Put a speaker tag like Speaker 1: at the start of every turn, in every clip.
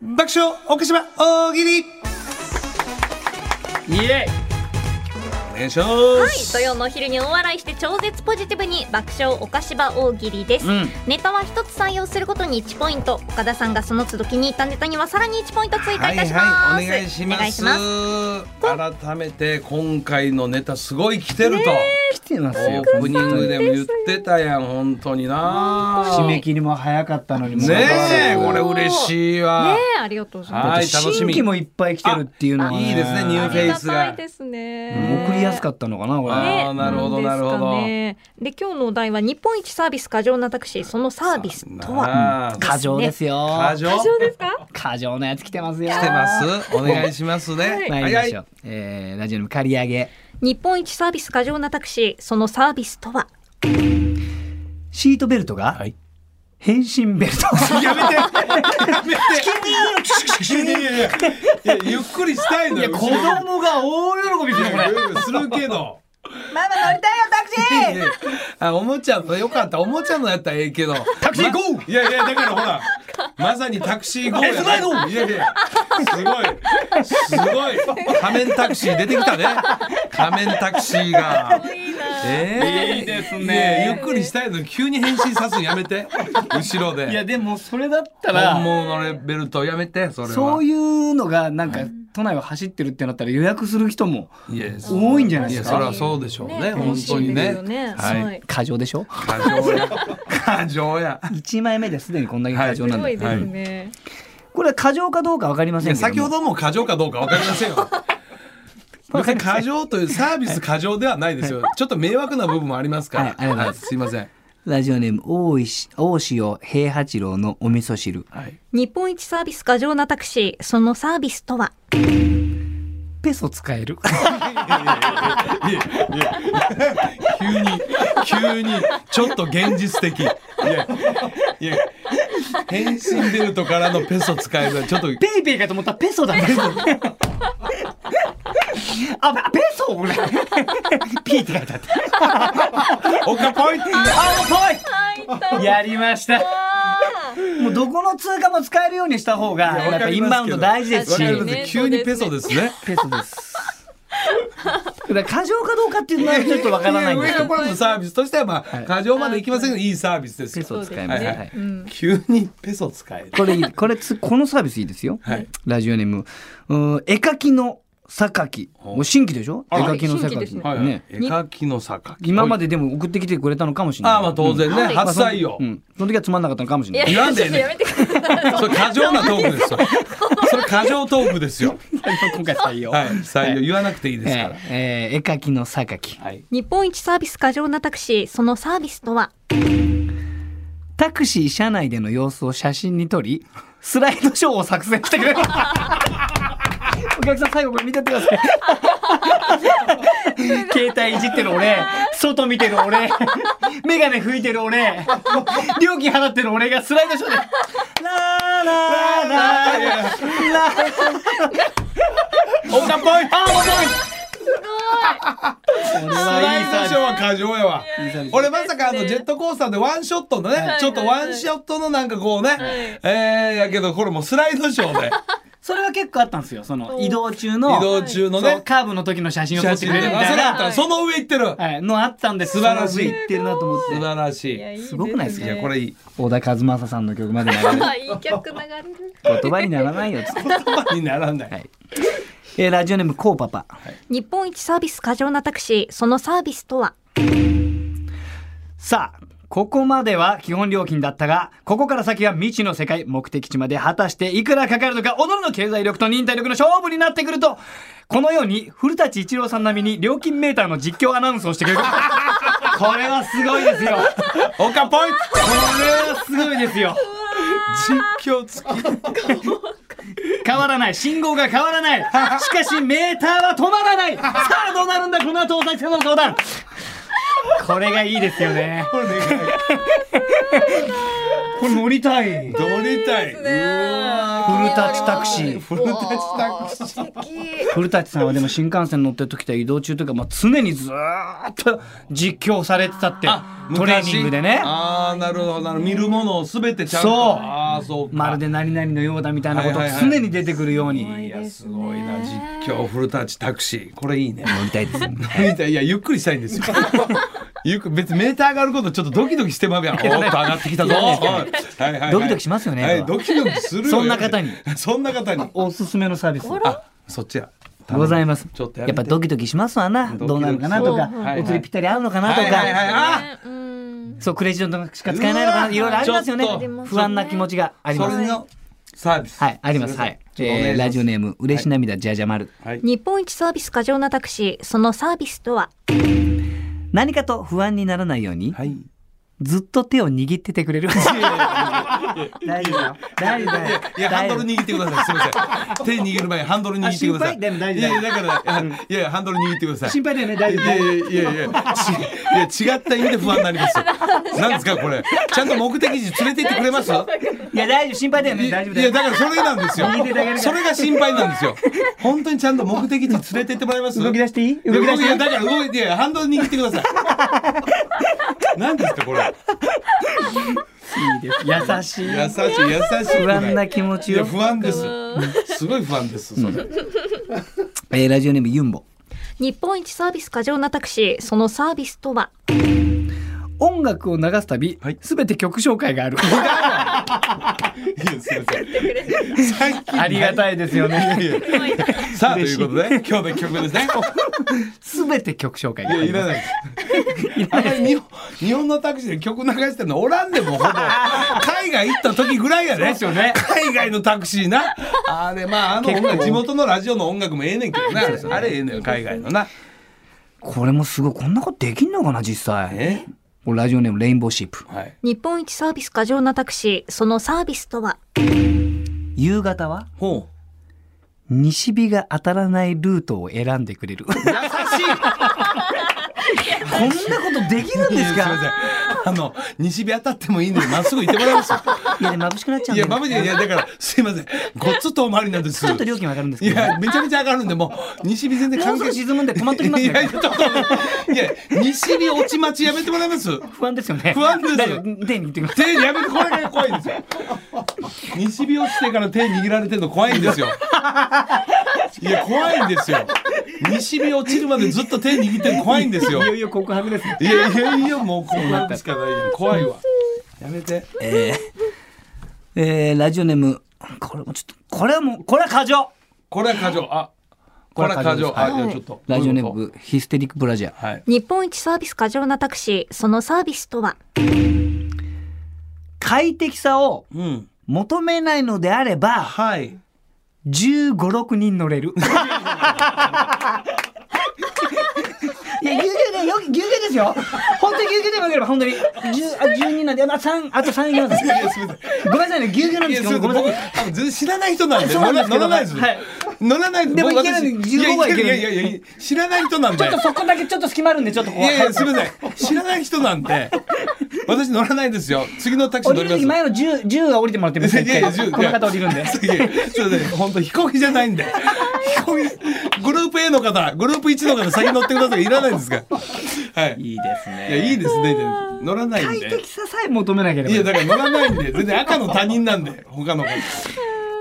Speaker 1: 爆笑奥島大喜利
Speaker 2: イエ
Speaker 1: お願いしま
Speaker 3: はい
Speaker 1: す、
Speaker 3: 土曜のお昼に大笑いして超絶ポジティブに爆笑おかしば大喜利です、
Speaker 2: うん
Speaker 3: ネタは一つ採用するごとに1ポイント岡田さんがその都度気に入ったネタにはさらに1ポイント追加いたします、
Speaker 1: はいはい、お願いします改めて今回のネタすごい来てると、
Speaker 2: ー来てます
Speaker 1: オ
Speaker 2: よ
Speaker 1: ープニングでも言ってたやん本当にな
Speaker 2: 締め切りも早かったのにも
Speaker 1: ねえ
Speaker 2: も
Speaker 1: こ
Speaker 2: う
Speaker 1: れ嬉しいわ
Speaker 3: ね、えありがとうございます
Speaker 1: は
Speaker 2: はいい
Speaker 1: 楽
Speaker 2: 楽
Speaker 1: しみ
Speaker 2: しみ新規もいっぱい来てるっていうのは、
Speaker 1: いいですねニューフェイス
Speaker 3: ありが
Speaker 1: が
Speaker 3: たいです
Speaker 2: うん
Speaker 3: ね
Speaker 2: 送りやすか
Speaker 3: っ
Speaker 2: ったのかなこれ、
Speaker 1: たあーなるほどなるほど
Speaker 3: ね、で今日のお題は日本一サービス過剰なタクシーそのサービスとは
Speaker 1: あ
Speaker 2: 過剰ですよ
Speaker 1: 過剰
Speaker 3: 過剰ですか
Speaker 2: 過剰なやつ来てますよ
Speaker 1: 来てますお願いしますね
Speaker 2: 参りましょ
Speaker 1: は
Speaker 2: う、えー、ラジオの借り上げ
Speaker 3: 日本一サービス過剰なタクシーそのサービスとは
Speaker 2: シートベルトが、
Speaker 1: い
Speaker 2: 変身ベル ト
Speaker 1: やめてやめていやいやいやいやゆっくりしたいのよ
Speaker 2: が大喜びす
Speaker 1: するけど。ママ乗りたいよタクシー。あおもちゃのよかったおもちゃのやったらええけど。タクシー GO。いやいやだからほらまさにタクシー GO や。すごいいやいやすごいすごい仮面タクシー出てきたね。仮面タクシーが。ええ
Speaker 2: いいですね
Speaker 1: いやゆっくりしたいのに急に変身さすのやめて後ろで。
Speaker 2: いやでもそれだった
Speaker 1: 本
Speaker 2: ら
Speaker 1: 物のレベルとやめてそれは。
Speaker 2: そういうのがなんか都内を走ってるってなったら予約する人も
Speaker 1: いやそ
Speaker 2: 多いんじゃない
Speaker 1: い
Speaker 2: で
Speaker 1: や
Speaker 2: す
Speaker 1: それ
Speaker 2: か
Speaker 1: はそうでしょうね
Speaker 3: ね
Speaker 1: 本当に
Speaker 3: 楽しみ
Speaker 1: ね
Speaker 3: ですよね
Speaker 1: は
Speaker 3: はいい
Speaker 2: 過剰でしょ
Speaker 1: 過剰や過剰や
Speaker 2: 1枚目ですでにこんだけ過剰
Speaker 3: す
Speaker 2: なん
Speaker 3: ご
Speaker 2: で、
Speaker 3: いですね、
Speaker 2: これは過剰かどうかわかりま
Speaker 1: い
Speaker 2: せ
Speaker 1: や
Speaker 2: んけども
Speaker 1: 先ほども過剰かどうかわかりませんよ 別に過剰というサービス過剰ではないですよちょっと迷惑な部分もありますから
Speaker 2: はいありがとうございます
Speaker 1: すいません
Speaker 2: ラジオネーム大石大塩平八郎のお味噌汁
Speaker 1: はい
Speaker 3: 日本一サービス過剰なタクシーそのサービスとは
Speaker 2: ペソ使える
Speaker 1: 急に急にちょっと現実的いやいや変身ベルトからのペソ使えるのはちょっと
Speaker 2: ペイペイかと思ったらペソ だねあペソこれピーって書いてあった
Speaker 1: オカポイント
Speaker 2: あもういやりましたもうどこの通貨も使えるようにした方がやっぱインバウンド大事です
Speaker 1: わ
Speaker 2: し
Speaker 1: かりま
Speaker 3: ね
Speaker 1: すけど急にペソですね
Speaker 2: ペソですだから過剰かどうかっていうのはちょっとわからないんです
Speaker 1: や
Speaker 2: け
Speaker 1: や
Speaker 2: ど
Speaker 1: これもサービスとしてはまあ
Speaker 2: い
Speaker 1: 過剰までいきませんけどいいサービスです
Speaker 2: ペ
Speaker 1: よ
Speaker 2: ソ使い
Speaker 1: は
Speaker 2: ま
Speaker 1: い
Speaker 2: す、
Speaker 1: は
Speaker 2: はい
Speaker 1: はい
Speaker 2: い
Speaker 1: 急にペソ使える
Speaker 2: これいいこれつこのサービスいいですよ、
Speaker 1: はい
Speaker 2: ラジオネームうーん絵描きの榊もう新規でしょ絵
Speaker 1: あら
Speaker 2: 描きの
Speaker 3: 新規です
Speaker 2: 榊、
Speaker 3: ね
Speaker 1: はいはい
Speaker 2: ね
Speaker 1: 絵描きの坂
Speaker 2: 今まででも送ってきてくれたのかもしれない
Speaker 1: ああまあ当然ね、
Speaker 3: はい
Speaker 1: 初採用、
Speaker 2: うん、その時はつまんなかったのかもしれない
Speaker 1: 言わんでええねん
Speaker 3: やめてくだ さい
Speaker 1: それ過剰なトーク ですよそれ過剰トークですよ
Speaker 2: 今回採用
Speaker 1: はい採用言わなくていいですから、
Speaker 2: えーえー絵描きの榊
Speaker 1: はい
Speaker 3: 日本一サービス過剰なタクシーそのサービスとは
Speaker 2: タクシー車内での様子を写真に撮り スライドショーを作成してくれる お客さん最後これ見てってください 携帯いじってる俺外見てる俺眼鏡拭いてる俺料金払ってる俺がスライドショーで「ラーラーラーラーラー
Speaker 1: オーダーポイントス
Speaker 2: これはい
Speaker 1: ラ
Speaker 2: い
Speaker 1: イドショーは過剰やわ俺まさかあのジェットコースターでワンショットのね、ちょっとワンショットのなんかこうね、えー、やけどこれもうスライドショーで
Speaker 2: それは結構あったんですよその移動中の
Speaker 1: 移動中の
Speaker 2: そう
Speaker 1: ね
Speaker 2: カーブの時の写真を撮
Speaker 1: 写
Speaker 2: って
Speaker 1: 真で
Speaker 2: くれ
Speaker 1: 忘
Speaker 2: る
Speaker 1: れだ
Speaker 2: みたい
Speaker 1: った
Speaker 2: な、
Speaker 1: らその上行ってる、
Speaker 2: はい、のあったんです
Speaker 1: 素晴らしい
Speaker 2: その上行ってるなと思って
Speaker 1: 素晴らしいい
Speaker 2: すごくないですか
Speaker 1: やこれいい
Speaker 2: 小田和正さんの曲まで流れる
Speaker 3: いい曲流れる
Speaker 2: 言葉にならないよつって、
Speaker 1: 言葉にならない、
Speaker 2: はいえーラジオネームこうパパ
Speaker 3: 日本一サービス過剰なタクシーそのサービスとは
Speaker 2: さあここまでは基本料金だったがここから先は未知の世界目的地まで果たしていくらかかるのか己の経済力と忍耐力の勝負になってくるとこのように古舘一郎さん並みに料金メーターの実況アナウンスをしてく れるこれはすごいですよ
Speaker 1: オカポイ ント
Speaker 2: これはすごいですよ
Speaker 1: 実況付き
Speaker 2: 変わらない信号が変わらないしかしメーターは止まらないさあどうなるんだこの後大崎さんの相談これがいいですよね
Speaker 1: これね
Speaker 2: これ乗りたい。
Speaker 1: 乗りたい。
Speaker 2: フルタチタクシー
Speaker 1: フルタチタクシー。
Speaker 2: 古舘さんはでも新幹線乗ってる時とは移動中というか、まあ、常にずーっと実況されてたってトレーニングでね
Speaker 1: ああ、なるほど、なるほど見るものをすべてちゃんと。
Speaker 2: そう
Speaker 1: ああ、そうか。
Speaker 2: まるで何々のようだみたいなことが常に出てくるように。
Speaker 1: いや、すごいな、実況、フルタッチ、タクシー。これいいね。
Speaker 2: 乗りたいですね。
Speaker 1: いや、ゆっくりしたいんです よ。ゆっくり別にメーター上がることちょっとドキドキしてまうやん。おーっと上がってきたぞ。はいはいはい
Speaker 2: ドキドキしますよね
Speaker 1: はい、ドキドキするよ
Speaker 2: そんな方に。
Speaker 1: そんな方に。
Speaker 2: おすすめのサービス
Speaker 1: あ、そっちや。
Speaker 2: ございます
Speaker 1: ちょっと
Speaker 2: や
Speaker 1: や
Speaker 2: っ
Speaker 1: めて
Speaker 2: ぱドキドキしますわ
Speaker 1: ド
Speaker 2: な
Speaker 1: キドキ
Speaker 2: どうなるかなとか
Speaker 1: そうはいはい
Speaker 2: お釣りぴったり合うのかなと
Speaker 1: はいはいはい
Speaker 2: か
Speaker 1: あ
Speaker 2: そうクレジットしか使えないのか
Speaker 1: う
Speaker 2: な
Speaker 1: わ
Speaker 2: いろいろありますよ
Speaker 1: ちょっと
Speaker 2: ね不安な気持ちがあり
Speaker 1: そ
Speaker 2: ます
Speaker 1: れのサービス。
Speaker 2: はいありますはい
Speaker 1: ちょっとお願いし
Speaker 2: え
Speaker 1: ま
Speaker 2: ー
Speaker 1: す
Speaker 2: ラジオネーム嬉し涙じゃじゃ丸
Speaker 1: はい。
Speaker 3: 日本一サービス過剰なタクシーそのサービスとは
Speaker 2: 何かと不安にならないように
Speaker 1: はい。
Speaker 2: ずっと手を握っててくれる大丈夫よ大丈夫よ
Speaker 1: いや、ハンドル握ってください。すみません。手握る前にハンドル握ってくださ
Speaker 2: あ心配
Speaker 1: い。
Speaker 2: でも大丈夫
Speaker 1: いやいや、だから、いやいや、ハンドル握ってください。
Speaker 2: 心配だよね大
Speaker 1: い
Speaker 2: 丈夫
Speaker 1: やいやいやいやちいや違った意味で不安になり ます。なんですかこれ。ちゃんと目的地連れて行ってくれます？
Speaker 2: いや大丈夫心配だよ
Speaker 1: い
Speaker 2: ね
Speaker 1: や
Speaker 2: 大丈夫
Speaker 1: い
Speaker 2: だ
Speaker 1: や
Speaker 2: よ
Speaker 1: だからそれなんですよ
Speaker 2: 握っててあげるから。
Speaker 1: それが心配なんですよ。本当にちゃんと目的地連れて行ってもらえます？
Speaker 2: 動き出していい
Speaker 1: 動
Speaker 2: 動
Speaker 1: き
Speaker 2: き出
Speaker 1: 出
Speaker 2: し
Speaker 1: して
Speaker 2: いい
Speaker 1: だから動いていやハンドル握ってください。なんですかこれ。
Speaker 2: 優しい
Speaker 1: 優しい優しい。
Speaker 2: 不安な気持
Speaker 1: い
Speaker 2: ち
Speaker 1: や
Speaker 2: を
Speaker 1: 不安です。すごい不安です。それ。
Speaker 2: えーラジオネームユンボ
Speaker 3: 日本一サービス過剰なタクシーそのサービスとは
Speaker 2: 音楽を流すたび
Speaker 1: はい
Speaker 2: すべて曲紹介がある
Speaker 1: いやすいません。最近
Speaker 2: ありがたいですよ
Speaker 1: いや
Speaker 2: ね
Speaker 1: いやさあということで今日の曲ですね。
Speaker 2: すべて曲紹介があ
Speaker 1: いやい
Speaker 2: る
Speaker 1: らないです。あんまり日本日本のタクシーで曲流してるのおらんでもほぼ海外行った時ぐらいやね。
Speaker 2: そうですよね
Speaker 1: 海外のタクシーな。あれまああの音
Speaker 2: 結構
Speaker 1: 楽地元のラジオの音楽もええねんけどな。あれええねん海外のな。
Speaker 2: これもすごいこんなことできんのかな実際
Speaker 1: え
Speaker 2: これラジオネームレインボーシープ
Speaker 1: はい。
Speaker 3: 日本一サービス過剰なタクシーそのサービスとは
Speaker 2: 夕方は
Speaker 1: ほう。
Speaker 2: 西日が当たらないルートを選んでくれ るこんなこ
Speaker 1: 優しい。
Speaker 2: とできるんで
Speaker 1: いやすいませ
Speaker 2: す
Speaker 1: ん
Speaker 2: か
Speaker 1: あの西日当たってもいいんでまっすぐ行ってもらえます。
Speaker 2: いやでも眩しく なっちゃう
Speaker 1: いや
Speaker 2: んだよ
Speaker 1: まぶじいやだからすいません。ごっつ遠回りなんです。
Speaker 2: ちょっと料金わかるんです
Speaker 1: い
Speaker 2: けど
Speaker 1: やめちゃめちゃ上がるんでもう西日全然
Speaker 2: もう
Speaker 1: 関
Speaker 2: す
Speaker 1: 係
Speaker 2: ぐ沈むんで止まっときます
Speaker 1: いやいや
Speaker 2: ね
Speaker 1: ちょっといや西日落ち待ちやめてもらえます
Speaker 2: 不安ですよね
Speaker 1: 不安です
Speaker 2: 大丈夫手握ってきます
Speaker 1: 手やめてこれが怖いんですよ西日落ちてから手握られてるの怖いんですよいや怖いんですよ西日落ちるまでずっと手握ってるの怖いんですよ
Speaker 2: いよいよ告白ですね
Speaker 1: いやいやいやもうこうなるしかないよ怖いわやめて
Speaker 2: えー、えー、ラジオネーム、これもちょっと、これはもう、これは過剰
Speaker 1: これは過剰あこれは過剰あじゃあちょっと
Speaker 2: ラジオネー
Speaker 1: どういうこ
Speaker 2: ム、ヒステリックブラジャー。
Speaker 1: とはい
Speaker 3: 日本一サービス過剰なタクシーそのサービスとは
Speaker 2: 快適さを
Speaker 1: うん
Speaker 2: 求めないのであれば、
Speaker 1: はい
Speaker 2: 15、6人乗れる。 いや、ぎゅうぎゅうで、よぎゅうぎゅうですよ。本当にぎゅうぎゅうでもよければ、本当に。10、あ、12なんで、あ、3、あと3いきます。
Speaker 1: いやすいません
Speaker 2: ごめんなさいね、ぎゅうぎゅうなん
Speaker 1: い
Speaker 2: で
Speaker 1: や
Speaker 2: す
Speaker 1: そ
Speaker 2: け
Speaker 1: う
Speaker 2: ど、
Speaker 1: 僕
Speaker 2: ごめんなさい。
Speaker 1: 多分全知らない人なんで
Speaker 2: そう
Speaker 1: 乗
Speaker 2: なん
Speaker 1: ら乗
Speaker 2: ですけど
Speaker 1: らないです、
Speaker 2: はい
Speaker 1: 乗らない
Speaker 2: でも
Speaker 1: 僕
Speaker 2: いける
Speaker 1: 私
Speaker 2: 15はいける
Speaker 1: いやいやいやいや知らない人なん
Speaker 2: ち
Speaker 1: で
Speaker 2: ょっとそこだけちょっと隙間あるんで、ちょっとこ。
Speaker 1: いうやいやすみません知らない人なんで私乗らないですよ次のタクシ
Speaker 2: 降
Speaker 1: ー
Speaker 2: り
Speaker 1: 乗
Speaker 2: る
Speaker 1: り
Speaker 2: と
Speaker 1: ま
Speaker 2: き
Speaker 1: す
Speaker 2: 前の10、10は降りてもらってもいいです
Speaker 1: いやいや
Speaker 2: か
Speaker 1: 10
Speaker 2: この方降りるんで。
Speaker 1: いやいやすいません本当飛行機じゃないんで飛行機グループ A の方グループ1の方先乗ってくださいいらないですからはいい
Speaker 2: いいですね
Speaker 1: やいいですね乗らないん
Speaker 2: 快
Speaker 1: で
Speaker 2: 適ささえ求めなければ
Speaker 1: いやだから乗らないんで全然赤の他人なんで他の方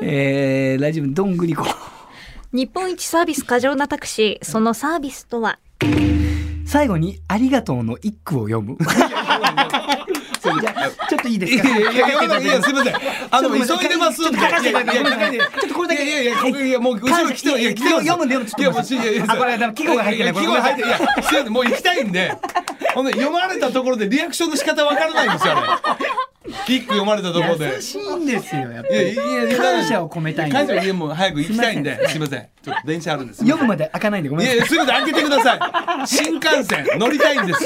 Speaker 2: えー、ラジオどんぐりこ
Speaker 3: 日本一サービス過剰なタクシーそのサービスとは
Speaker 2: 最後に「ありがとう」の一句を読むちょっといいで
Speaker 1: いや
Speaker 2: すか
Speaker 1: いやいやいやいやすみません。あの
Speaker 2: ちょっとごめんなさい
Speaker 1: 急いでますんで。
Speaker 2: ちょっと書かせていただいて
Speaker 1: やややや
Speaker 2: ちょっとこれだけ
Speaker 1: いやいやいやいやもう後ろ来ていや来てます
Speaker 2: 読むんで読むちょっと
Speaker 1: いやもうしいやいや
Speaker 2: あこれでも季語が入ってない
Speaker 1: や季語が入っていやすいませんもう行きたいんで。ほんで読まれたところでリアクションの仕方わからないんですよね。キック読まれたところで。
Speaker 2: 優しいんですよやっぱ
Speaker 1: いやい
Speaker 2: り
Speaker 1: やいや
Speaker 2: 感謝を込めたいんで
Speaker 1: 感謝いやもう早く行きたいんで。すみません。ちょっと電車あるんです。
Speaker 2: 読むまで開かないんでご
Speaker 1: い
Speaker 2: めんな
Speaker 1: や
Speaker 2: さ
Speaker 1: い
Speaker 2: い
Speaker 1: やすぐ開けてください。新幹線乗りたいんです。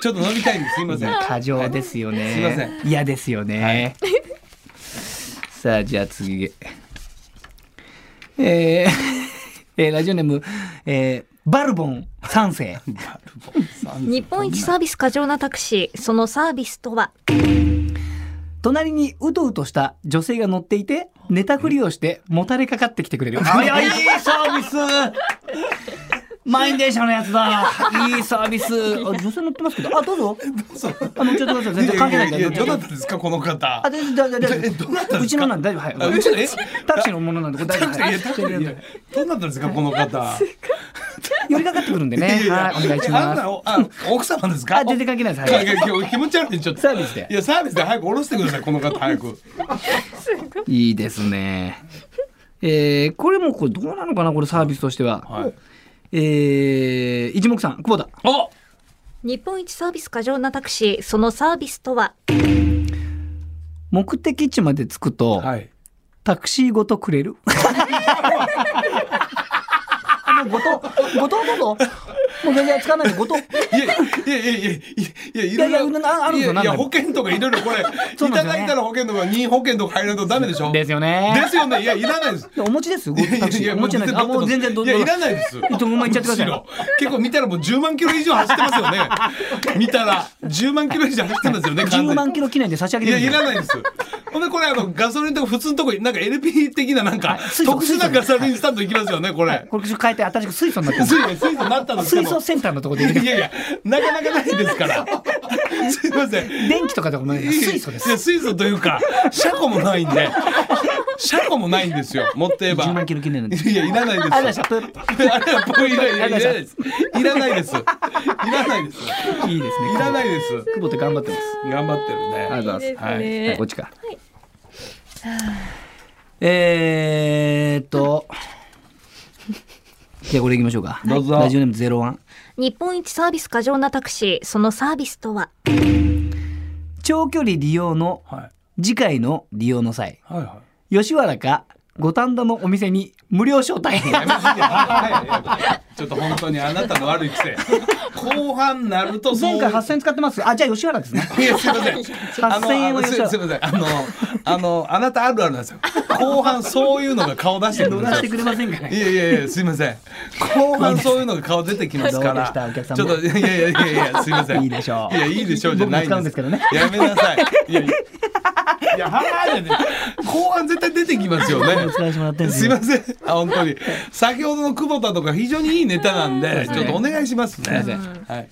Speaker 1: ちょっと乗りたいんです。すみません。
Speaker 2: 過剰 ですよね
Speaker 1: すいません
Speaker 2: 嫌ですよね、 さあじゃあ次へえー えーラジオネーム、えーバルボン三 世
Speaker 3: 日本一サービス過剰なタクシーそのサービスとは
Speaker 2: 隣にうとうとした女性が乗っていて寝たふりをしてもたれかかってきてくれるあいやいいサービス 満員電車のやつ だいいサービスあ女性乗ってますけどあどう ぞあ乗っちゃってください全然関係ないん
Speaker 1: や
Speaker 2: だ
Speaker 1: いや
Speaker 2: よ
Speaker 1: どなたですかこの方
Speaker 2: あ、。全然大丈夫大
Speaker 1: え
Speaker 2: 丈
Speaker 1: どなたです
Speaker 2: 夫。
Speaker 1: か
Speaker 2: うちのなんで大丈夫はい。
Speaker 1: あうちのえ
Speaker 2: タクシーのものなんでこれ大丈夫
Speaker 1: い
Speaker 2: は
Speaker 1: や
Speaker 2: い。
Speaker 1: 多分いやどうなったんですかこの方。
Speaker 2: 寄りかかってくるんでね。
Speaker 1: いやいや
Speaker 2: はいお願いしま
Speaker 1: あん
Speaker 2: す。
Speaker 1: なおあ奥様ですか。
Speaker 2: あ全然関係ないですはい
Speaker 1: やや今日気持ち悪いちょっと。
Speaker 2: サービスで
Speaker 1: いやサービスで早く降ろしてくださいこの方早く。
Speaker 2: いいですね。えー、これもこれどうなのかなこれサービスとしては。
Speaker 1: はい。
Speaker 2: えー、一目さん久保田。
Speaker 1: あ
Speaker 3: 日本一サービス過剰なタクシー、そのサービスとは
Speaker 2: 目的地まで着くと、
Speaker 1: はい。
Speaker 2: タクシーごとくれる。あもうごとごとどうぞ。もう全然使わないでごと。
Speaker 1: いやいやいやいやいやいやい
Speaker 2: い
Speaker 1: ろ
Speaker 2: や
Speaker 1: いろ
Speaker 2: いやなあるんですよ
Speaker 1: いやいや
Speaker 2: 何でも
Speaker 1: 保険とかいろいろこれい
Speaker 2: そう
Speaker 1: た
Speaker 2: なんですよ
Speaker 1: だ
Speaker 2: ね
Speaker 1: いたら保険とか任意保険とか入らないとダメでしょ。
Speaker 2: ですよね。
Speaker 1: ですよねいやいらないです。
Speaker 2: お持ちですよ。ごとタクシー。お持ちじゃないです。あもう全然どう
Speaker 1: いや
Speaker 2: ぞ
Speaker 1: いらないです。い
Speaker 2: つもま行っちゃってください
Speaker 1: 結構見たらもう10万キロ以上走ってますよ ね。見たら10万キロ以上走ってますよね。完全に
Speaker 2: 10万キロ記念で差し上げ
Speaker 1: い
Speaker 2: て
Speaker 1: や
Speaker 2: るん
Speaker 1: い
Speaker 2: ですよ
Speaker 1: らないです。ほんでこれあのガソリンとか普通のとこになんか LP 的ななんか
Speaker 2: はい水素
Speaker 1: 特殊な
Speaker 2: 水素
Speaker 1: ガソリンスタンド行きますよねこれ。
Speaker 2: これ変えて新しく水素になってる。
Speaker 1: 水素水素なったの
Speaker 2: 水素センターのところで入れ
Speaker 1: い
Speaker 2: て
Speaker 1: やいやなかなかないですから。すいません。
Speaker 2: 電気とかでもないから水素で
Speaker 1: い
Speaker 2: す。
Speaker 1: や水素というか車庫もないんで車庫もないんですよ持って言えば
Speaker 2: 10万キロ記念なんで。
Speaker 1: いやいらないです
Speaker 2: あれだプー
Speaker 1: あれはもういらないいら
Speaker 2: ありがとうござ
Speaker 1: ない
Speaker 2: い
Speaker 1: で
Speaker 2: ます
Speaker 1: いらないですいらないです
Speaker 2: いいですね。
Speaker 1: いらないです
Speaker 2: 久保田頑張ってます。
Speaker 1: 頑張ってるね
Speaker 2: ありがとうございます。
Speaker 1: はい
Speaker 3: いい
Speaker 2: はい、
Speaker 3: です
Speaker 2: こっ
Speaker 3: ね
Speaker 2: ちか。えーっと。じゃあこれいきましょうか。
Speaker 1: どうぞ
Speaker 2: ラジオネームゼロワン。
Speaker 3: 日本一サービス過剰なタクシー、そのサービスとは
Speaker 2: 長距離利用の
Speaker 1: はい
Speaker 2: 次回の利用の際、
Speaker 1: はいは
Speaker 2: 吉原か五反田のお店に無料招待。
Speaker 1: いちょっと本当にあなたの悪い癖後半になるとそう
Speaker 2: 前回8000円使ってます。あ、じゃあ吉原ですね。
Speaker 1: いやすいま せんあの
Speaker 2: 8000円は
Speaker 1: す
Speaker 2: 吉
Speaker 1: すいま
Speaker 2: 原
Speaker 1: せんあのあのあなたあるあるなんですよ後半そういうのが顔出してくる
Speaker 2: 乗
Speaker 1: んです
Speaker 2: ら
Speaker 1: よ
Speaker 2: してくれませんかね
Speaker 1: い。やいやいや、すいません。後半そういうのが顔出てきますか
Speaker 2: どうで
Speaker 1: ら。
Speaker 2: したお客様
Speaker 1: ちょっと、いやいやいやいや、すいません。
Speaker 2: いいでしょう
Speaker 1: いや、いいでしょうじゃない
Speaker 2: 僕も使うんですけどね
Speaker 1: やめなさい。いやいや、いやはーじゃねえ後半絶対出てきますよね。
Speaker 2: 使わせてもらってんです
Speaker 1: すい
Speaker 2: けど
Speaker 1: ません。あ、本当に。先ほどの久保田とか非常にいいネタなんで、
Speaker 2: すね
Speaker 1: ちょっとお願いしますね。
Speaker 2: すいま
Speaker 1: はい。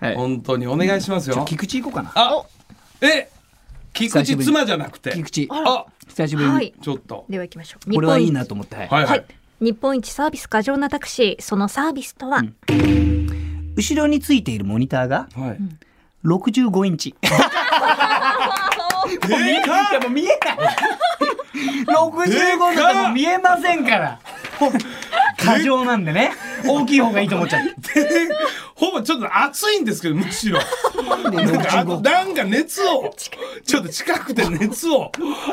Speaker 2: はい
Speaker 1: 本当にお願いしますよ。
Speaker 2: 菊池行こうかな。
Speaker 1: あ、え、菊
Speaker 2: 久し
Speaker 1: 池
Speaker 2: ぶり
Speaker 1: 妻じゃなくて。
Speaker 2: 菊池。
Speaker 1: あ、
Speaker 2: 久しぶり
Speaker 3: は
Speaker 2: に
Speaker 3: い。。
Speaker 1: ちょっと。
Speaker 3: では行きましょう。
Speaker 2: これはいいな
Speaker 3: 日
Speaker 2: と思って。はい
Speaker 1: はいは
Speaker 3: 本
Speaker 1: い
Speaker 3: 一。。はい。日本一サービス過剰なタクシー、そのサービスとは、
Speaker 2: 後ろについているモニターが
Speaker 1: はい。
Speaker 2: 65イン チ。もう見えない。もう見えない。65とかも見えませんから。過剰なんでね。大きい方がいいと思っちゃう。
Speaker 1: でほぼちょっと暑いんですけどむしろなんかあのなんか熱 をちょっと近くて熱を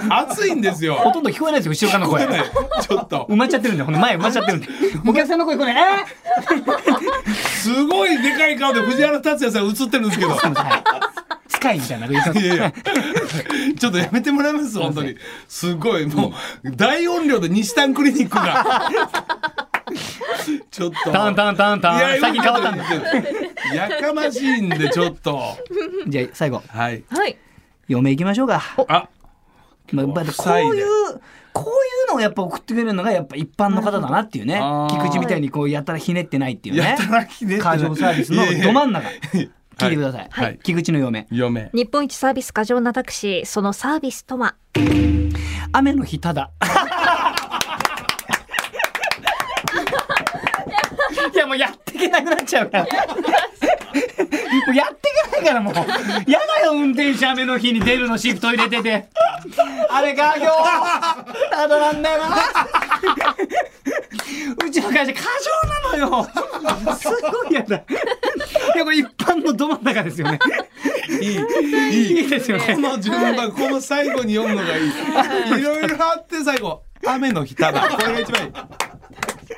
Speaker 1: 暑いんですよ
Speaker 2: ほとんど聞こえないですよ、後ろからの声。
Speaker 1: ねちょっと
Speaker 2: 埋まっちゃってるんで、ほんで前埋まっちゃって るんで。お客さんの声来ない。えー
Speaker 1: すごいでかい顔で藤原竜也さん映ってるんですけ ど
Speaker 2: はいスカイみたいな。
Speaker 1: いやいやちょっとやめてもらいます本当にすごいもう大音量で西丹クリニックが ちょっと
Speaker 2: タンタンタン
Speaker 1: い
Speaker 2: タ
Speaker 1: や
Speaker 2: ン。先変わったんだ。
Speaker 1: やかましいんでちょっと
Speaker 2: じゃあ最後、
Speaker 1: はい
Speaker 3: はい。
Speaker 2: 嫁行きましょうか。
Speaker 1: あ
Speaker 2: まあ、やっぱりこう
Speaker 1: 夫妻
Speaker 2: い
Speaker 1: で
Speaker 2: う、こういうのをやっぱ送ってくれるのがやっぱ一般の方だなっていうね
Speaker 1: あ。ー
Speaker 2: 菊池みたいにこうやたらひねってないっていう
Speaker 1: や
Speaker 2: ね。
Speaker 1: たらひねってない
Speaker 2: 過剰サービスのど真 ん中。聞いてください。
Speaker 1: はいはい
Speaker 2: 菊池の嫁。
Speaker 1: 嫁
Speaker 3: 日本一サービス過剰なタクシー、そのサービスとは
Speaker 2: 雨の日ただ。いやもうやっていけなくなっちゃうから。もうやっていけないからもう。やだよ運転手雨の日に出るのシフト入れてて。あれか今日。ただなんだよな。うちの会社過剰なのよ。すごいやだ。いやこれ一般のど真ん中ですよね。
Speaker 1: いい
Speaker 2: いいですよ
Speaker 1: こ
Speaker 2: ね。
Speaker 1: の順番、この最後に読むのがいい。いろいろあって最後、雨の日た だ。これが一番いい。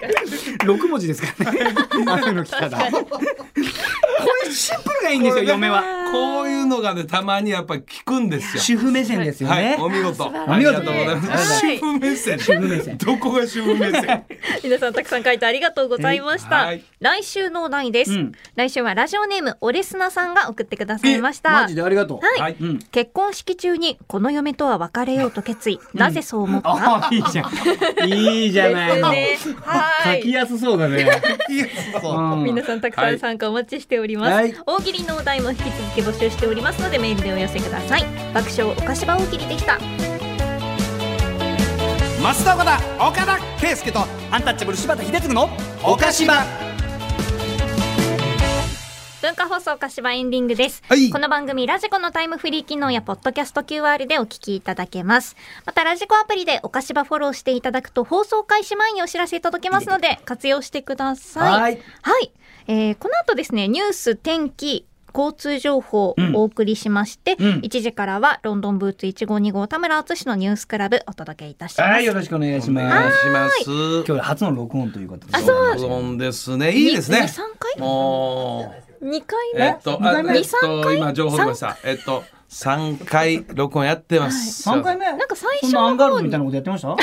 Speaker 2: 六文字ですからね。雨の日ただ。いうシンプルがいいんですよ、嫁は。
Speaker 1: こういうのがねたまにやっぱ聞くんですよ
Speaker 2: 主婦目線ですよ
Speaker 1: はい、
Speaker 2: ね。
Speaker 1: お見事。
Speaker 2: お見事
Speaker 1: ありがとうございます。
Speaker 3: はい
Speaker 1: 主婦目線。
Speaker 2: 主婦目線
Speaker 1: どこが主婦目線。
Speaker 3: 皆さんたくさん書いてありがとうございました、
Speaker 1: はい
Speaker 3: 来週のお題です、
Speaker 2: うん
Speaker 3: 来週はラジオネームオレスナさんが送ってくださいました
Speaker 2: マジでありがとう。
Speaker 3: はい、
Speaker 1: はい。
Speaker 2: うん。
Speaker 3: 結婚式中にこの嫁とは別れようと決意、なぜそう思った
Speaker 2: あ、いいじゃん。いいじゃないの。
Speaker 3: ですねは
Speaker 2: 書き
Speaker 3: い
Speaker 2: やすそうだね。うん
Speaker 3: 皆さんたくさん参加お待ちしております、
Speaker 2: はい
Speaker 3: 大喜利のお題も引き続き募集しておりますのでメールでお寄せください爆笑おかしば大喜利でした
Speaker 4: 増田岡田岡田圭介と
Speaker 2: アンタッチャブル柴田秀嗣の
Speaker 4: 岡島
Speaker 3: 文化放送柏エンディングです、
Speaker 1: はい
Speaker 3: この番組ラジコのタイムフリー機能やポッドキャスト QR でお聞きいただけますまたラジコアプリでおかしばフォローしていただくと放送開始前にお知らせ届けますので活用してください
Speaker 2: はい
Speaker 3: はいえーこの後ですねニュース天気交通情報をお送りしまして、
Speaker 2: うんうん
Speaker 3: 1時からはロンドンブーツ152号田村敦のニュースクラブお届けいたします、
Speaker 2: はい、よろしくお願いし
Speaker 1: お願
Speaker 2: ま
Speaker 1: い
Speaker 2: す。
Speaker 1: します。
Speaker 2: 今日初の録音ということで。
Speaker 3: あそう
Speaker 1: 保存ですね。いいですね。
Speaker 3: 3回
Speaker 1: もう。
Speaker 3: 2回目、
Speaker 1: えっと、あ
Speaker 3: 二回目
Speaker 1: えっ
Speaker 3: 二三
Speaker 1: と、
Speaker 3: 回
Speaker 1: 今情報出ました。えっと、三回録音やってます。
Speaker 2: 三回目。
Speaker 3: なんか最
Speaker 2: そ
Speaker 3: 初
Speaker 2: んなア
Speaker 3: の
Speaker 2: ンガール
Speaker 3: 方
Speaker 2: ズみたいなことやってました？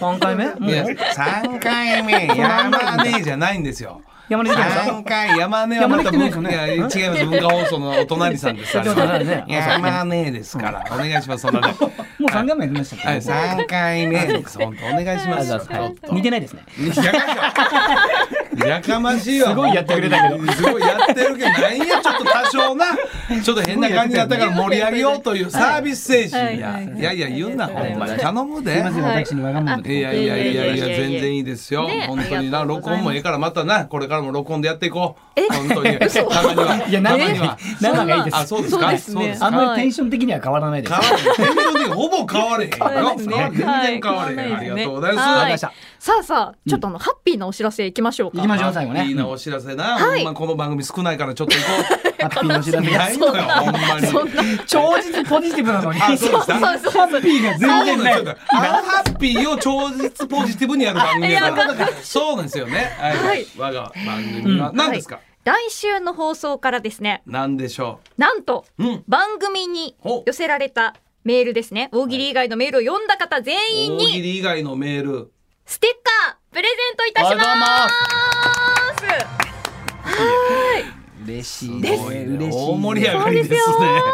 Speaker 2: 三回目？も
Speaker 1: いうや三回目、山根じゃないんですよ。
Speaker 2: 山根出てました
Speaker 1: 三回、山根はまた
Speaker 2: 山根来て
Speaker 1: 文
Speaker 2: な
Speaker 1: 化、いや、
Speaker 2: い
Speaker 1: 違います。文化放送のお隣さんです。あれ
Speaker 2: ちょっと待ってね
Speaker 1: は山根ですから、お願いします。そんなの。
Speaker 2: もう三回目やりましたっけ
Speaker 1: はい、三回目です。本当お願いします。
Speaker 2: はい似てないですね。
Speaker 1: やかましいわ。
Speaker 2: すごいやってくれたけ
Speaker 1: ど。すごいやってるけど、なんや、ちょっと多少な、ちょっと変な感じだったから盛り上げようというサービス精神や。
Speaker 3: はい
Speaker 1: いやいや、言うな、ほんまに。頼む
Speaker 2: す
Speaker 1: で
Speaker 2: いま。せん、
Speaker 3: はい
Speaker 2: 私のわがまま
Speaker 1: い
Speaker 2: で。
Speaker 1: やいやいやいや、
Speaker 3: いやいやいやいや
Speaker 1: 全然いいですよ。
Speaker 3: ね
Speaker 1: 本当にな、
Speaker 3: ありがとうご
Speaker 1: 録
Speaker 3: ざいます
Speaker 1: 音もええから、またな、これからも録音でやっていこう。
Speaker 3: え
Speaker 1: 本当に。たまには。
Speaker 2: いや
Speaker 1: た
Speaker 2: 生
Speaker 1: まに
Speaker 2: が
Speaker 1: は。
Speaker 2: 生がいいです。
Speaker 1: あ、そうですか。
Speaker 3: そうですね
Speaker 2: あんま
Speaker 3: は
Speaker 2: り
Speaker 3: い
Speaker 2: テンション的には変わらないです。
Speaker 1: 変わらない。天井的にほぼ変われへんよ。変
Speaker 3: わらないですね
Speaker 1: 全然変われへん。あ
Speaker 3: はい
Speaker 1: りがとうございます。
Speaker 3: は
Speaker 2: わかりました。
Speaker 3: さあさあちょっとあの、ハッピーなお知らせいきましょうか
Speaker 2: 行きましょう最後ね
Speaker 1: いいなお知らせな。
Speaker 3: はい
Speaker 1: ほんまこの番組少ないからちょっと行こ
Speaker 2: ハッピーの知ら
Speaker 1: う。
Speaker 2: せが
Speaker 1: ないのよ、ほんまに。
Speaker 3: そんな
Speaker 2: 超実ポジティブなのに。
Speaker 1: あそうですか
Speaker 3: そうそうそう
Speaker 2: ハッピーが全
Speaker 1: そう
Speaker 2: 然
Speaker 1: な
Speaker 2: なん
Speaker 1: ですよ
Speaker 2: い。
Speaker 1: アンハッピーを超絶ポジティブにやる番組やか。
Speaker 3: いやわから
Speaker 1: そうなんですよね。は
Speaker 3: はいい。
Speaker 1: 我が番組は。何ですか
Speaker 3: はい来週の放送からですね
Speaker 1: 何でしょ
Speaker 3: なんと、
Speaker 1: うん
Speaker 3: 番組に
Speaker 1: ほう
Speaker 3: 寄せられたメールですね大喜利以外のメールを読んだ方全
Speaker 1: う
Speaker 3: 員
Speaker 1: 大喜
Speaker 3: に
Speaker 1: 利以外のメール。
Speaker 3: ステッカープレゼントいたします
Speaker 2: 嬉しい
Speaker 1: す
Speaker 2: ね。
Speaker 1: ごいね
Speaker 2: 嬉しい。
Speaker 1: 大盛り上がりですね。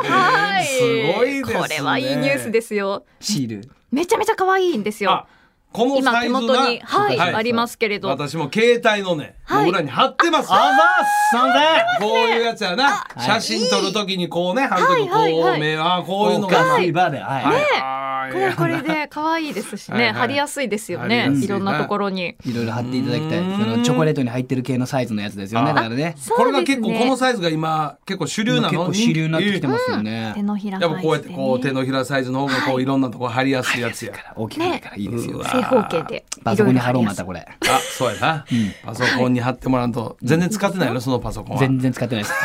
Speaker 3: はい
Speaker 1: すごいですね
Speaker 3: これはいいニュースですよ
Speaker 2: シール。
Speaker 3: めちゃめちゃ可愛いんですよ
Speaker 1: あ、この
Speaker 3: 今
Speaker 1: サイズ
Speaker 3: 手
Speaker 1: な
Speaker 3: 元にはい、ありますけれど
Speaker 1: 私も携帯のね、
Speaker 3: はい
Speaker 1: 裏に貼ってます。
Speaker 2: あざっす。さ
Speaker 1: こういうやつやな。写真撮るときにこうね、貼るときこ、
Speaker 3: はいうはい
Speaker 1: 目、あーこういうんの
Speaker 2: おか
Speaker 1: が。
Speaker 2: しいバーで。はい。
Speaker 1: あー
Speaker 3: これはこれで可愛いですし
Speaker 1: はいは
Speaker 3: ね
Speaker 1: い
Speaker 3: 貼りやすいですよ
Speaker 1: 貼りや
Speaker 3: ね
Speaker 1: すいない
Speaker 3: ろんなところに
Speaker 2: いろいろ貼っていただきたい。そのチョコレートに入ってる系のサイズのやつですよね。
Speaker 1: あ
Speaker 2: だから
Speaker 3: そう
Speaker 2: ね。
Speaker 3: ですね
Speaker 1: これが結構このサイズが今結構主流なの
Speaker 2: 結構主流になってきて
Speaker 1: ま
Speaker 2: ますよ
Speaker 3: 手
Speaker 2: ね。
Speaker 3: のひら
Speaker 1: やっ
Speaker 3: サ
Speaker 1: ぱ
Speaker 3: イ
Speaker 1: こうやって
Speaker 3: ズで
Speaker 1: こう手
Speaker 3: ね
Speaker 1: のひらサイズの方がこういろんなとこ貼りやすいやつや。
Speaker 2: 大きくないからいいですよ
Speaker 1: ね。
Speaker 3: 正方形で
Speaker 2: パ
Speaker 3: い
Speaker 2: ソ
Speaker 3: ろいろ
Speaker 2: コンに
Speaker 3: 貼
Speaker 2: 貼ろ
Speaker 3: り
Speaker 2: う
Speaker 3: や
Speaker 2: ますた
Speaker 3: い
Speaker 2: これ。
Speaker 1: あ、そうやな。パソコンに貼ってもらうと全然使ってないのそのパソコンは。
Speaker 2: 全然使ってないです。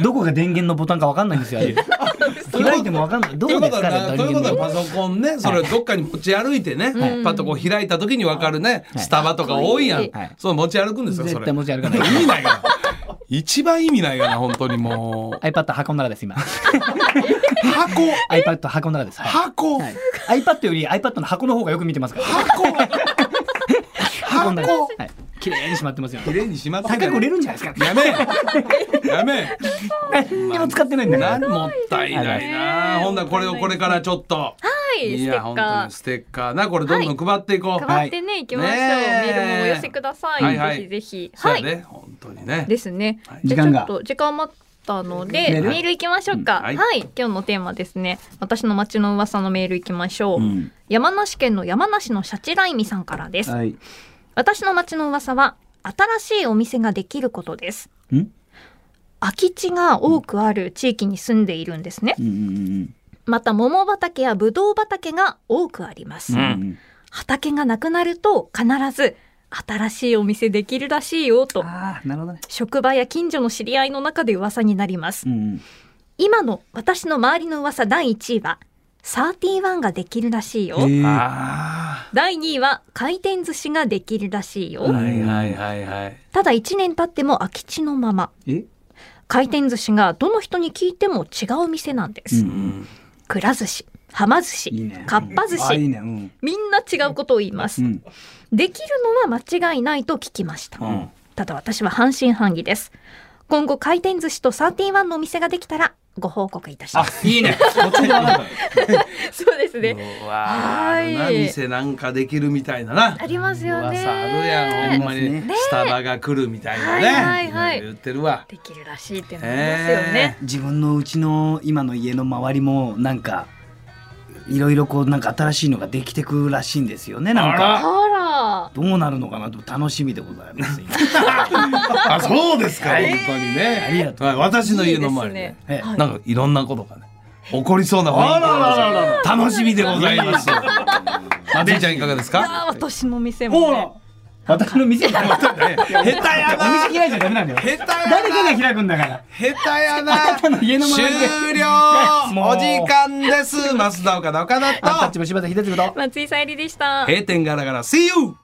Speaker 2: どこが電源のボタンかわかんないんですよ。あれ開いてもわかんない。ど
Speaker 1: という
Speaker 2: こ
Speaker 1: こ
Speaker 2: で
Speaker 1: と
Speaker 2: すか
Speaker 1: は
Speaker 2: ね。
Speaker 1: ということ
Speaker 2: 電源
Speaker 1: は
Speaker 2: の
Speaker 1: パソコンね、それをどっかに持ち歩いてね、パッとこう開いた時に分かるね、スタバとか多いやん
Speaker 2: はい。
Speaker 1: そう持ち歩くんですよ、そ
Speaker 2: 絶
Speaker 1: れ
Speaker 2: 対。持ち歩かない。
Speaker 1: 意味ないから。一番意味ないから、本当にも
Speaker 2: iPad 箱の中 です今。
Speaker 1: う。箱
Speaker 2: iPad 箱の中です。はい
Speaker 1: 箱、
Speaker 2: iPad より iPad の箱の方がよく見てますから。
Speaker 1: 箱
Speaker 2: 箱の中
Speaker 1: 箱
Speaker 2: です。はい。綺麗にしまってますよ。
Speaker 1: 綺麗にしまって
Speaker 2: 高く売れるんじゃないですか。
Speaker 1: やめえやめえ
Speaker 2: 何にも使ってないんだから
Speaker 1: なん。もったいないな。ほんならこれをこれからちょっと。い
Speaker 3: ステ
Speaker 1: や
Speaker 3: ッ
Speaker 1: 本
Speaker 3: カ
Speaker 1: 当
Speaker 3: ー
Speaker 1: にステッカーなこれどんどん配っていこう。
Speaker 2: はい
Speaker 3: 配ってね、行きましょう。
Speaker 1: ね
Speaker 3: メ
Speaker 1: え
Speaker 3: ールもお寄せください。
Speaker 1: はいはい
Speaker 3: ぜひぜひ。
Speaker 1: そう
Speaker 3: は
Speaker 1: や
Speaker 3: い。
Speaker 1: ね本当にね。
Speaker 3: ですね。
Speaker 2: 時
Speaker 3: じゃあちょ
Speaker 2: 間が
Speaker 3: っと時間余ったので、
Speaker 2: メー
Speaker 3: メ
Speaker 2: ル
Speaker 3: ール行きましょうか。
Speaker 1: うんは
Speaker 3: はいい。今日のテーマですね。私の街の噂のメール行きましょう。
Speaker 2: うん
Speaker 3: 山梨県の山梨のシャチライミさんからです。
Speaker 2: はい。
Speaker 3: 私の街の噂は、新しいお店ができることです。
Speaker 2: んうん
Speaker 3: 空き地が多くある地域に住んでいるんですね。
Speaker 2: うんうん
Speaker 3: また、桃畑やぶどう畑が多くあります。
Speaker 2: うん
Speaker 1: ん
Speaker 2: うん。
Speaker 3: 畑がなくなると必ず新しいお店できるらしいよと
Speaker 2: ああ、なるほどね。
Speaker 3: 職場や近所の知り合いの中で噂になります
Speaker 2: うん
Speaker 3: 今の私の周りの噂第1位は31ができるらしいよ。
Speaker 2: あ
Speaker 3: 第2位は回転寿司ができるらしいよ。
Speaker 2: あはいはいはいはい
Speaker 3: ただ1年経っても空き地のまま。
Speaker 2: え
Speaker 3: 回転寿司がどの人に聞いても違う店なんです。
Speaker 2: ん
Speaker 3: くら寿司、はま寿司、
Speaker 2: いいね
Speaker 3: かっぱ寿
Speaker 2: あい
Speaker 3: 司、
Speaker 2: いねうん
Speaker 3: みんな違うことを言います
Speaker 2: う。ん
Speaker 3: できるのは間違いないと聞きました。
Speaker 2: うん
Speaker 3: ただ私は半信半疑です。今後回転寿司と31のお店ができたらご報告いたしま
Speaker 2: あ
Speaker 3: す。
Speaker 2: いいねこっち側なんだ
Speaker 3: そうですね。
Speaker 1: うわ
Speaker 3: は
Speaker 1: あ
Speaker 3: い
Speaker 1: るな店なんかできるみたいなな
Speaker 3: ありますよね。
Speaker 1: 噂あるやんほんま
Speaker 2: あり
Speaker 1: に
Speaker 2: ます
Speaker 1: スタバが来るみたいな
Speaker 3: はいは
Speaker 1: ね
Speaker 3: いは
Speaker 1: ろ
Speaker 3: い
Speaker 1: ろ言ってるわ
Speaker 3: できるらしいってなりますよね。
Speaker 2: え
Speaker 4: 自分のうちの今の家の周りもなんかいろいろこうなんか新しいのができてくらしいんですよねなん
Speaker 1: あ
Speaker 4: か
Speaker 3: あ
Speaker 4: どうなるのかなと楽しみでござい ます今
Speaker 1: あそうですか、
Speaker 3: はい
Speaker 1: 本当にね
Speaker 4: ありがと
Speaker 1: はい私
Speaker 3: ら。
Speaker 1: の
Speaker 3: い
Speaker 1: 家
Speaker 3: い
Speaker 1: の
Speaker 3: です
Speaker 1: 周りね
Speaker 3: ね。
Speaker 4: ええ
Speaker 1: なんかいろんなことがね起こりそうな雰囲気でございます
Speaker 2: あららら
Speaker 1: 楽しみでござい ます松井ちゃんいかがです
Speaker 3: いや
Speaker 1: か
Speaker 3: ー私の店も、
Speaker 2: ほ
Speaker 3: ね
Speaker 2: ら。私の店じゃない
Speaker 1: 下 手や
Speaker 2: お
Speaker 1: な
Speaker 2: 店開いちゃダメなんだよ
Speaker 1: 下手やな
Speaker 2: 誰かが開くんだから
Speaker 1: 下手やな
Speaker 2: たの家の周りで
Speaker 1: 終了
Speaker 2: もう
Speaker 1: お時間です増田岡田岡
Speaker 2: あんた
Speaker 1: 田
Speaker 2: っち
Speaker 1: と
Speaker 2: も柴田秀嗣と
Speaker 3: 松井さゆりでした。
Speaker 1: 閉店ガラガラ See you